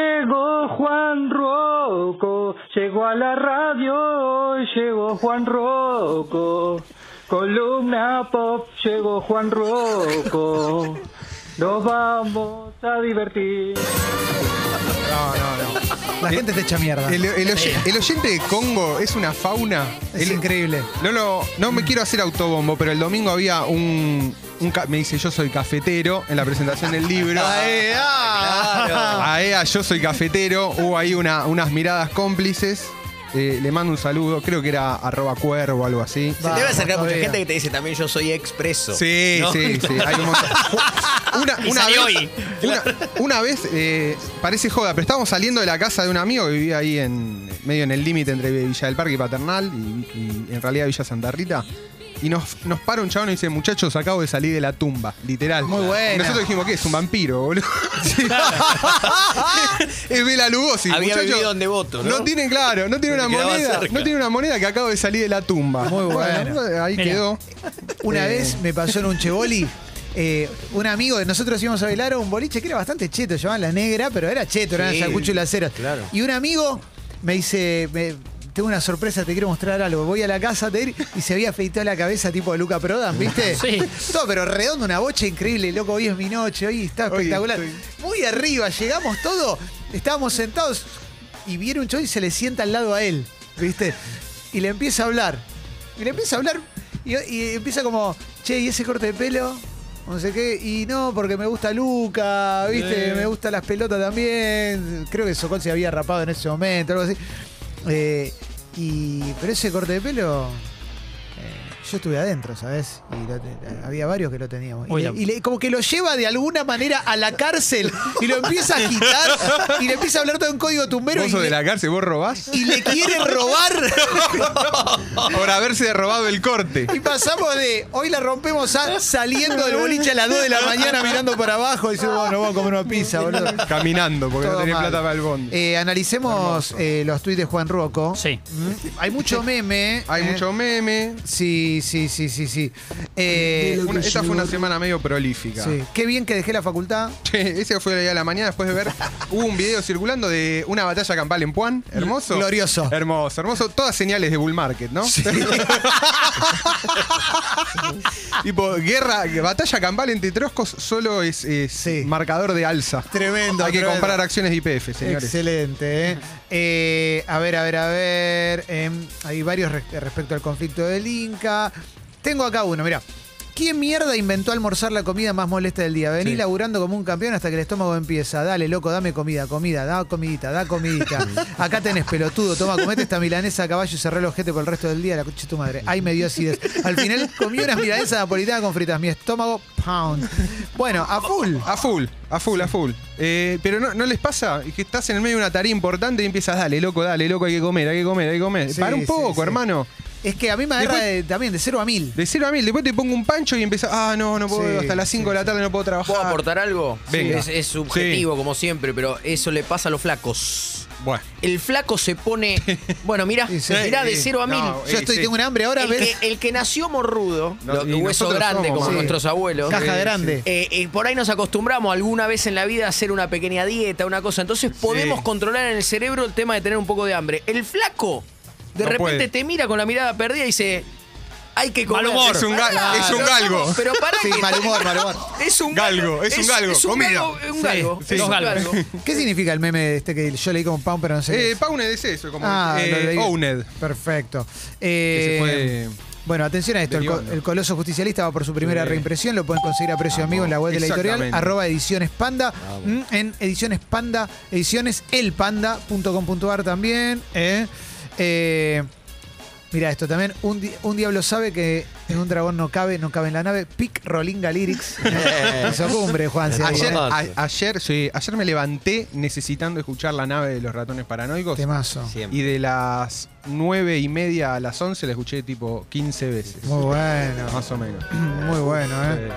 llegó Juan Roco, llegó a la radio, hoy llegó Juan Roco. Columna pop, llegó Juan Roco. Nos vamos a divertir. No, no, no. La gente te echa mierda. El, el oy- el oyente de Congo es una fauna. es El- increíble. No, lo- no me quiero hacer autobombo, pero el domingo había un. un ca- me dice, yo soy cafetero en la presentación del libro. AEA, yo soy cafetero. Hubo ahí una- unas miradas cómplices. Eh, le mando un saludo, creo que era arroba cuervo o algo así. Se te va a acercar mucha todavía. gente que te dice también yo soy expreso. Ah, Sí, ¿No? sí, sí. Hay un montón. Una, Y una salió vez, hoy. una, una vez eh, parece joda, pero estábamos saliendo de la casa de un amigo que vivía ahí en medio en el límite entre Villa del Parque y Paternal y, y en realidad Villa Santa Rita. Y nos, nos para un chabón y dice, muchachos, acabo de salir de la tumba, literal. Muy buena. Y Nosotros dijimos, ¿qué? Es un vampiro, boludo. Sí. es Bela Lugosi. Había muchachos. vivido en Devoto, ¿no? tienen, claro, no tiene Porque una quedaba moneda. cerca. No tiene una moneda que acabo de salir de la tumba. Muy buena. Bueno, ahí Mirá. quedó. Una Eh. vez me pasó en un cheboli. eh, un amigo de nosotros íbamos a bailar a un boliche que era bastante cheto, llamaban la negra, pero era cheto, eran Sí, sacucho y laceros. claro. Y un amigo me dice, me- tengo una sorpresa, te quiero mostrar algo. Voy a la casa te y se había afeitado la cabeza tipo de Luca Prodan, ¿viste? Sí. Todo, pero redondo, una bocha increíble, loco, hoy es mi noche, hoy está Hoy espectacular. estoy- Muy arriba, llegamos todo, estábamos sentados y viene un show y se le sienta al lado a él, ¿viste? Y le empieza a hablar. Y le empieza a hablar y, y empieza como, che, ¿y ese corte de pelo? No sé qué, y no, porque me gusta Luca, ¿viste? Me gustan las pelotas también. Creo que Sokol se había rapado en ese momento, algo así. Eh, y, pero ese corte de pelo, eh, yo estuve adentro, ¿sabes? Y lo te- eh, había varios que lo teníamos. Y Uy, le- la- y le- como que lo lleva de alguna manera a la cárcel y lo empieza a agitar y le empieza a hablar todo en código tumbero y ¿Vos sos de le, la cárcel? ¿Vos robás? y le quiere robar. Por haberse robado el corte. Y pasamos de hoy la rompemos a saliendo del boliche a las 2 de la mañana mirando para abajo y decimos, bueno, vamos a comer una pizza, boludo. Caminando, porque Todo no tenés mal. plata para el bondi. Eh, analicemos eh, los tuits de Juan Rocco. Sí. Mm. Hay mucho meme. Hay eh. mucho meme. Sí, sí, sí, sí, sí. Eh, Una- esta fue una semana medio prolífica. sí. Qué bien que dejé la facultad. Che, ese fue el día de la mañana después de ver. Hubo un video circulando de una batalla campal en Puan. Hermoso. Glorioso. Hermoso, hermoso. Todas señales de Bull Market, ¿no? tipo, guerra, batalla campal entre troscos solo es, es Sí. marcador de alza. Tremendo, Hay que tremendo. comprar acciones de IPF, señores. Excelente. ¿eh? Eh, a ver, a ver, a ver. eh, hay varios res- respecto al conflicto del Inca. Tengo acá uno, mira. ¿Quién mierda inventó almorzar la comida más molesta del día? Vení Sí. laburando como un campeón hasta que el estómago empieza. Dale, loco, dame comida, comida, da comidita, da comidita. Acá tenés pelotudo, toma, comete esta milanesa a caballo y cerré el ojete por el resto del día. La coche tu madre. Ay, me dio acidez. Al final comí unas milanesas napolitanas con fritas. Mi estómago, pound. Bueno, a full. A full, a full, a full. Eh, pero no, no les pasa que estás en el medio de una tarea importante y empiezas, dale, loco, dale, loco, hay que comer, hay que comer, hay que comer. Sí, Para un sí, poco, sí. hermano. Es que a mí me agarra Después- de- también de 0 a 1000. De 0 a 1000, después te pongo un pancho y empezás, ah, no, no puedo, Sí, hasta las 5 de la tarde no puedo ¿Puedo trabajar. aportar algo? Venga. Es, es subjetivo, como siempre, pero eso le pasa a los flacos. Bueno. El flaco se pone. Bueno, mira, Sí, sí. mira de 0 a No, 1000. Yo Eh, estoy, sí. tengo un hambre ahora, el, ¿ves? que, el que nació morrudo, No, lo- y hueso nosotros grande somos como morrudos. nuestros abuelos. Caja Sí, grande. Eh, eh, por ahí nos acostumbramos alguna vez en la vida a hacer una pequeña dieta, una cosa. Entonces podemos controlar en el cerebro el tema de tener un poco de hambre. El flaco, de No repente puede. te mira con la mirada perdida y dice. Hay que comer. Mal humor. Es un ga- Pará, es un pero galgo. estamos- Pero para Sí, mal humor, mal humor. Es un Galgo, es un galgo, Es un comida. galgo, un Sí, galgo. sí. es un Dos galgo. galgos. ¿Qué significa el meme de este que yo leí como pound, pero no sé? qué Eh, es? Pawned es eso, como Ah, eh, lo leí. Owned. Perfecto. Eh, Que se fue- Bueno, atención a esto. El, co- Derivando. el Coloso Justicialista va por su primera Sí. reimpresión. Lo pueden conseguir a precio amigo en la web de la editorial. Exactamente. Arroba Ediciones Panda. mm, En Ediciones Panda. Ediciones elpanda.com.ar también. ¿eh? Eh, Mira esto también, un, di- un diablo sabe que en un dragón no cabe, no cabe en la nave. Pic Rolinga Lyrics. Eso cumbre, Juan. si Eh. Ayer, hay- a- ayer, sí, ayer me levanté necesitando escuchar la nave de los ratones paranoicos. Temazo. Y de las 9 y media a las 11 la escuché tipo 15 veces. Muy bueno. Más o menos. Muy bueno, ¿eh?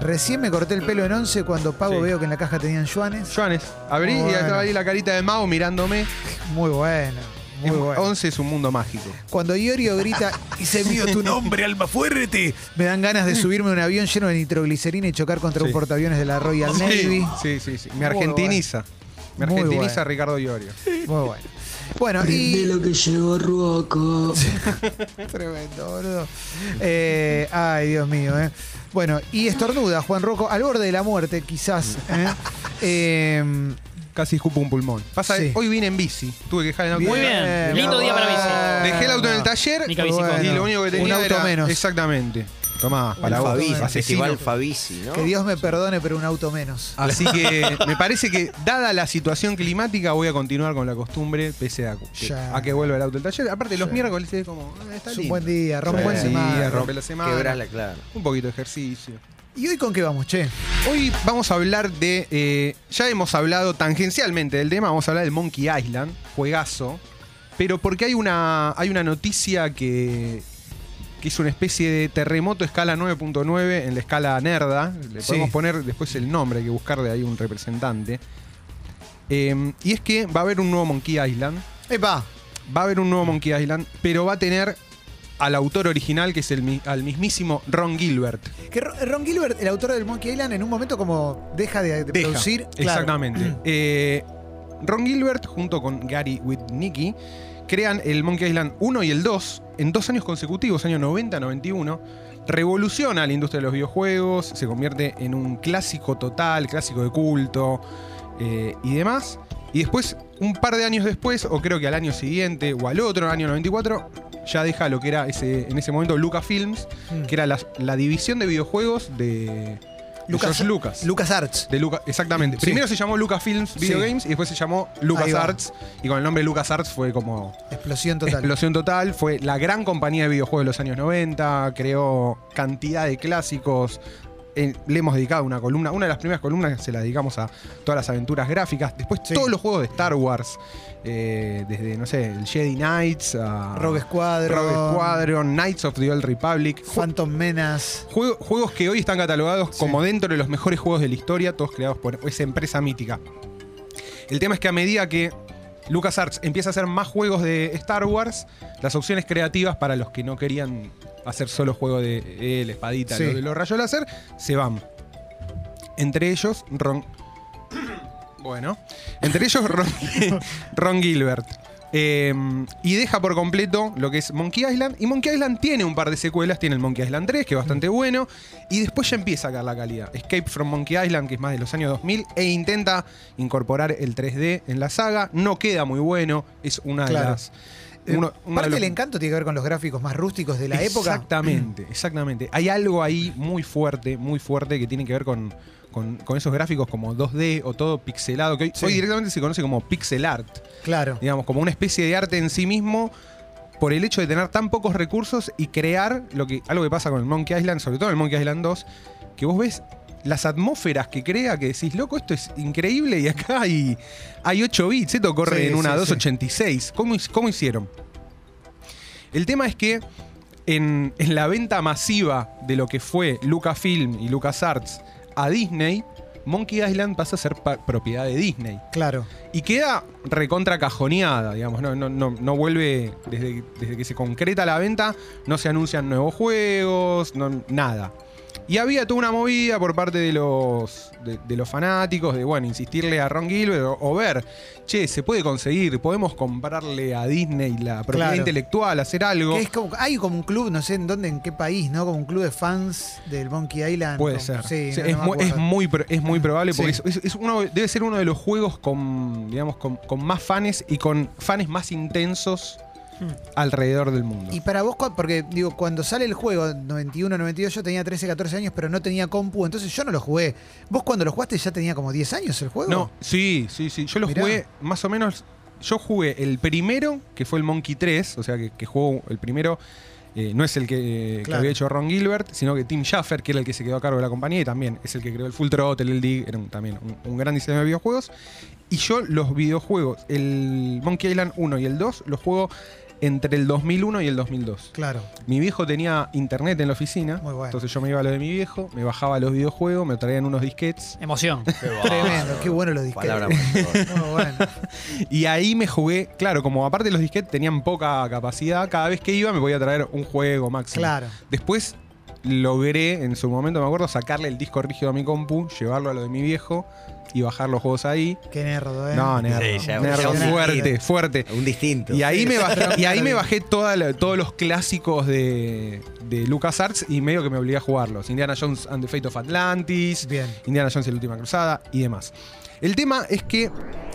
Recién me corté el pelo en 11 cuando pago Sí. veo que en la caja tenían yuanes. Joanes, abrí Muy y bueno. estaba ahí la carita de Mao mirándome. Muy bueno. Muy Es- bueno. 11 es un mundo mágico. Cuando Iorio grita, hice mío tu nombre, alma fuerte, me dan ganas de subirme a un avión lleno de nitroglicerina y chocar contra un Sí. portaaviones de la Royal Navy. Sí, sí, sí. Me Muy argentiniza. Me Muy argentiniza bueno. a Ricardo Iorio. Muy bueno. Bueno, De y. lo que llegó Ruoco. Tremendo, boludo. Eh, ay, Dios mío, ¿eh? Bueno, y estornuda Juan Rocco al borde de la muerte, quizás. ¿eh? Eh, Casi escupo un pulmón. Pasa, Sí. hoy vine en bici. Tuve que dejar el auto. Muy bien. Lindo día para bici. Dejé el auto en el taller Mica Bicicota. y lo único que Un tenía auto era- menos. Exactamente. Tomá, Al para vos, Fabici, asesino. Festival Fabici, ¿no? Que Dios me perdone, pero un auto menos. Así que me parece que, dada la situación climática, voy a continuar con la costumbre, pese a que, Ya. a que vuelva el auto del taller. Aparte, los miércoles es como. ah, está Es un lindo. buen día, rompe un buen la semana. día, rompe la semana. Quebrala, claro. Un poquito de ejercicio. ¿Y hoy con qué vamos, che? Hoy vamos a hablar de. eh, ya hemos hablado tangencialmente del tema, vamos a hablar del Monkey Island, juegazo. Pero porque hay una, hay una noticia que, que es una especie de terremoto escala 9.9 en la escala nerda. Le Sí. podemos poner después el nombre, hay que buscarle ahí un representante. Eh, y es que va a haber un nuevo Monkey Island. ¡Epa! Va a haber un nuevo Monkey Island, pero va a tener al autor original, que es el, mi- al mismísimo Ron Gilbert. Que Ro- Ron Gilbert, el autor del Monkey Island, en un momento como deja de, de Deja, producir. Mm. Exactamente. Eh, Ron Gilbert, junto con Gary Whitnicki, crean el Monkey Island 1 y el 2 en dos años consecutivos, año 90-91. Revoluciona la industria de los videojuegos, se convierte en un clásico total, clásico de culto eh, y demás. Y después, un par de años después, o creo que al año siguiente o al otro, año 94, ya deja lo que era ese, en ese momento Lucasfilms, Mm. que era la, la división de videojuegos de, Lucas, Lucas, Lucas. Lucas Arts. De Luca- exactamente. Sí. Primero se llamó Lucasfilms Video Sí. Games y después se llamó Ahí va. LucasArts. Y con el nombre LucasArts fue como Explosión total. explosión total. Fue la gran compañía de videojuegos de los años 90. Creó cantidad de clásicos. Eh, le hemos dedicado una columna. Una de las primeras columnas se la dedicamos a todas las aventuras gráficas. Después Sí. todos los juegos de Star Wars. eh, desde, no sé, el Jedi Knights a Rogue Squadron. Rogue Squadron, Knights of the Old Republic. Phantom Menas. Juego- juegos que hoy están catalogados Sí. como dentro de los mejores juegos de la historia, todos creados por esa empresa mítica. El tema es que a medida que LucasArts empieza a hacer más juegos de Star Wars, las opciones creativas para los que no querían hacer solo juego de eh, la espadita, Sí. lo de los rayos láser, se van. Entre ellos, Ron. Bueno. Entre ellos, Ron, Ron Gilbert. Eh, y deja por completo lo que es Monkey Island. Y Monkey Island tiene un par de secuelas. Tiene el Monkey Island 3, que es bastante bueno. Y después ya empieza a caer la calidad. Escape from Monkey Island, que es más de los años 2000. E intenta incorporar el 3D en la saga. No queda muy bueno. Es una de Claro. las. uno- uno de Eh, Parte los- del encanto tiene que ver con los gráficos más rústicos de la época. Exactamente, exactamente. Hay algo ahí muy fuerte, muy fuerte que tiene que ver con, con- con esos gráficos como 2D o todo pixelado, que hoy, Sí. hoy directamente se conoce como pixel art, Claro. digamos, como una especie de arte en sí mismo por el hecho de tener tan pocos recursos y crear lo que, algo que pasa con el Monkey Island, sobre todo en el Monkey Island 2, que vos ves las atmósferas que crea, que decís, loco, esto es increíble y acá hay, hay 8 bits, esto corre Sí, en una sí, sí. 286. ¿Cómo, hi- ¿Cómo hicieron? El tema es que en, en la venta masiva de lo que fue Lucasfilm y LucasArts a Disney, Monkey Island pasa a ser pa- propiedad de Disney. Claro. Y queda recontra cajoneada, digamos, no, no, no, no vuelve, desde, desde que se concreta la venta, no se anuncian nuevos juegos, no- nada. Y había toda una movida por parte de los, de, de los fanáticos, de, bueno, insistirle a Ron Gilbert o, o ver, che, se puede conseguir, podemos comprarle a Disney la propiedad Claro. intelectual, hacer algo. Que es como- hay como un club, no sé en dónde, en qué país, ¿no? Como un club de fans del Monkey Island. Puede Como- ser. Sí, Sí, no- es, no me mu- es acuerdo. muy, pro- es muy probable porque Sí. es- es- es uno, debe ser uno de los juegos con, digamos, con, con más fans y con fans más intensos alrededor del mundo. Y para vos, cua- porque digo, cuando sale el juego, 91, 92, yo tenía 13, 14 años, pero no tenía compu, entonces yo no lo jugué. ¿Vos cuando lo jugaste ya tenía como 10 años el juego? no, sí, sí, sí. Yo lo Mirá. jugué más o menos. Yo jugué el primero, que fue el Monkey 3, o sea que, que jugó el primero. eh, no es el que, que Claro. había hecho Ron Gilbert, sino que Tim Schaffer, que era el que se quedó a cargo de la compañía y también es el que creó el Full Throttle, el Dig, era un- también un, un gran diseñador de videojuegos. Y yo los videojuegos, el Monkey Island 1 y el 2, los juego entre el 2001 y el 2002. Claro. Mi viejo tenía internet en la oficina, Muy bueno. entonces yo me iba a lo de mi viejo, me bajaba los videojuegos, me traían unos disquets Emoción. Tremendo, qué bueno los disquetes. Palabra mayor. Muy bueno. Y ahí me jugué, claro, como aparte los disquetes tenían poca capacidad, cada vez que iba me podía traer un juego máximo. Claro. Después logré en su momento, me acuerdo, sacarle el disco rígido a mi compu, llevarlo a lo de mi viejo y bajar los juegos ahí. Qué nerdo, ¿eh? No, nerdo. Sí, ya- nerdo, ya un fuerte, distinto. fuerte. Un distinto. Y ahí me bajé, y ahí me bajé toda la- todos los clásicos de, de LucasArts y medio que me obligué a jugarlos. Indiana Jones and the Fate of Atlantis, Bien. Indiana Jones y la Última Cruzada y demás. El tema es que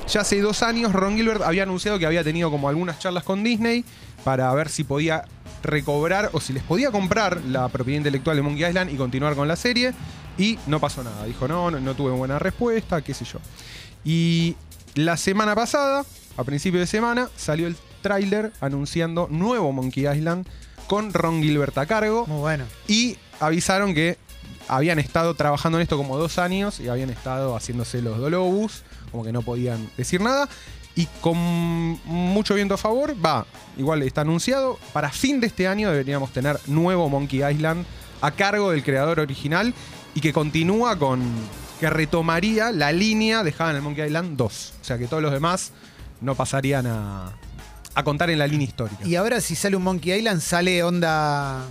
ya hace dos años Ron Gilbert había anunciado que había tenido como algunas charlas con Disney para ver si podía recobrar o si les podía comprar la propiedad intelectual de Monkey Island y continuar con la serie. Y no pasó nada. Dijo, no, no, no tuve buena respuesta, qué sé yo. Y la semana pasada, a principio de semana, salió el tráiler anunciando nuevo Monkey Island con Ron Gilbert a cargo Muy bueno. y avisaron que habían estado trabajando en esto como dos años y habían estado haciéndose los Dolobus, como que no podían decir nada. Y con mucho viento a favor, va, igual está anunciado, para fin de este año deberíamos tener nuevo Monkey Island a cargo del creador original y que continúa con, que retomaría la línea dejada en el Monkey Island 2. O sea que todos los demás no pasarían a, a contar en la línea histórica. Y ahora si sale un Monkey Island, sale onda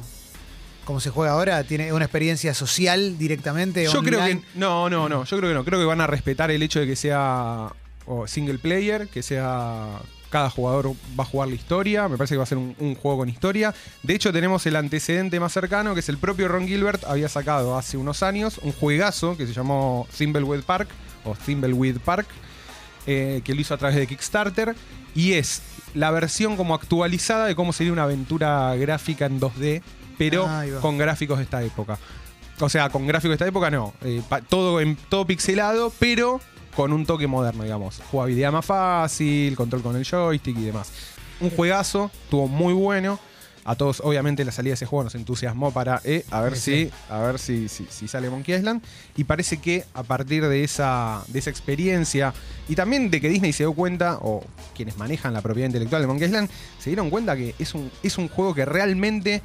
como se juega ahora, tiene una experiencia social directamente. Yo creo que online. no, no, no. Yo creo que no. Creo que van a respetar el hecho de que sea o single player, que sea cada jugador va a jugar la historia. Me parece que va a ser un, un juego con historia. De hecho, tenemos el antecedente más cercano, que es el propio Ron Gilbert había sacado hace unos años un juegazo que se llamó Thimbleweed Park o Thimbleweed Park, eh, que lo hizo a través de Kickstarter y es la versión como actualizada de cómo sería una aventura gráfica en 2D, pero Ah, Ahí va. con gráficos de esta época. O sea, con gráficos de esta época no. Eh, pa- todo, en, todo pixelado, pero con un toque moderno, digamos. Jugabilidad más fácil, control con el joystick y demás. Un juegazo, estuvo muy bueno. A todos, obviamente, la salida de ese juego nos entusiasmó para eh, a ver si, a ver si, si, si sale Monkey Island. Y parece que a partir de esa, de esa experiencia y también de que Disney se dio cuenta, o quienes manejan la propiedad intelectual de Monkey Island, se dieron cuenta que es un, es un juego que realmente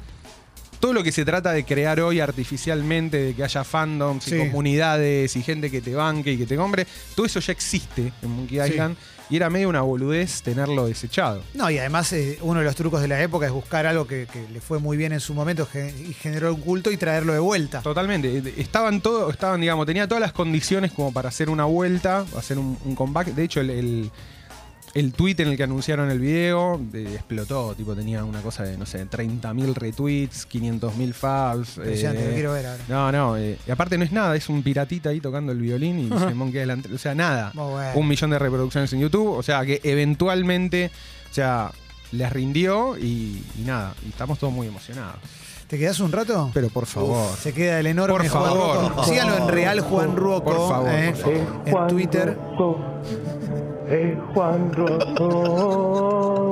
todo lo que se trata de crear hoy artificialmente, de que haya fandoms Sí. y comunidades y gente que te banque y que te compre, todo eso ya existe en Monkey Sí. Island y era medio una boludez tenerlo desechado. No, y además eh, uno de los trucos de la época es buscar algo que, que le fue muy bien en su momento ge- y generó un culto y traerlo de vuelta. Totalmente. Eh, Estaban todo, estaban, digamos, tenía todas las condiciones como para hacer una vuelta, hacer un, un comeback. De hecho, el, el, el tweet en el que anunciaron el video eh, explotó. Tipo, tenía una cosa de, no sé, 30.000 retweets, 500.000 fabs. Impresionante, eh, lo quiero ver ahora. No, no, eh, y aparte no es nada, es un piratita ahí tocando el violín y dice Monkey Island, o sea, nada. Muy bueno. Un millón de reproducciones en YouTube, o sea, que eventualmente, o sea, les rindió y, y nada, y estamos todos muy emocionados. ¿Te quedás un rato? Pero por favor. Se queda el Por enorme Juan favor. Ruoco. Síganlo en Real Juan Ruoco Por favor, eh, por favor. en Twitter. Rocco, es Juan Están Todos,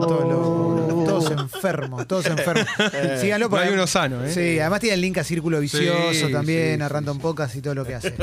Rocco. locos, todos enfermos, todos enfermos. Síganlo No por hay ahí. uno sano, ¿eh? Sí, además tiene el link a Círculo Vicioso Sí, también, sí, a Random sí, Pocas y todo lo que hace.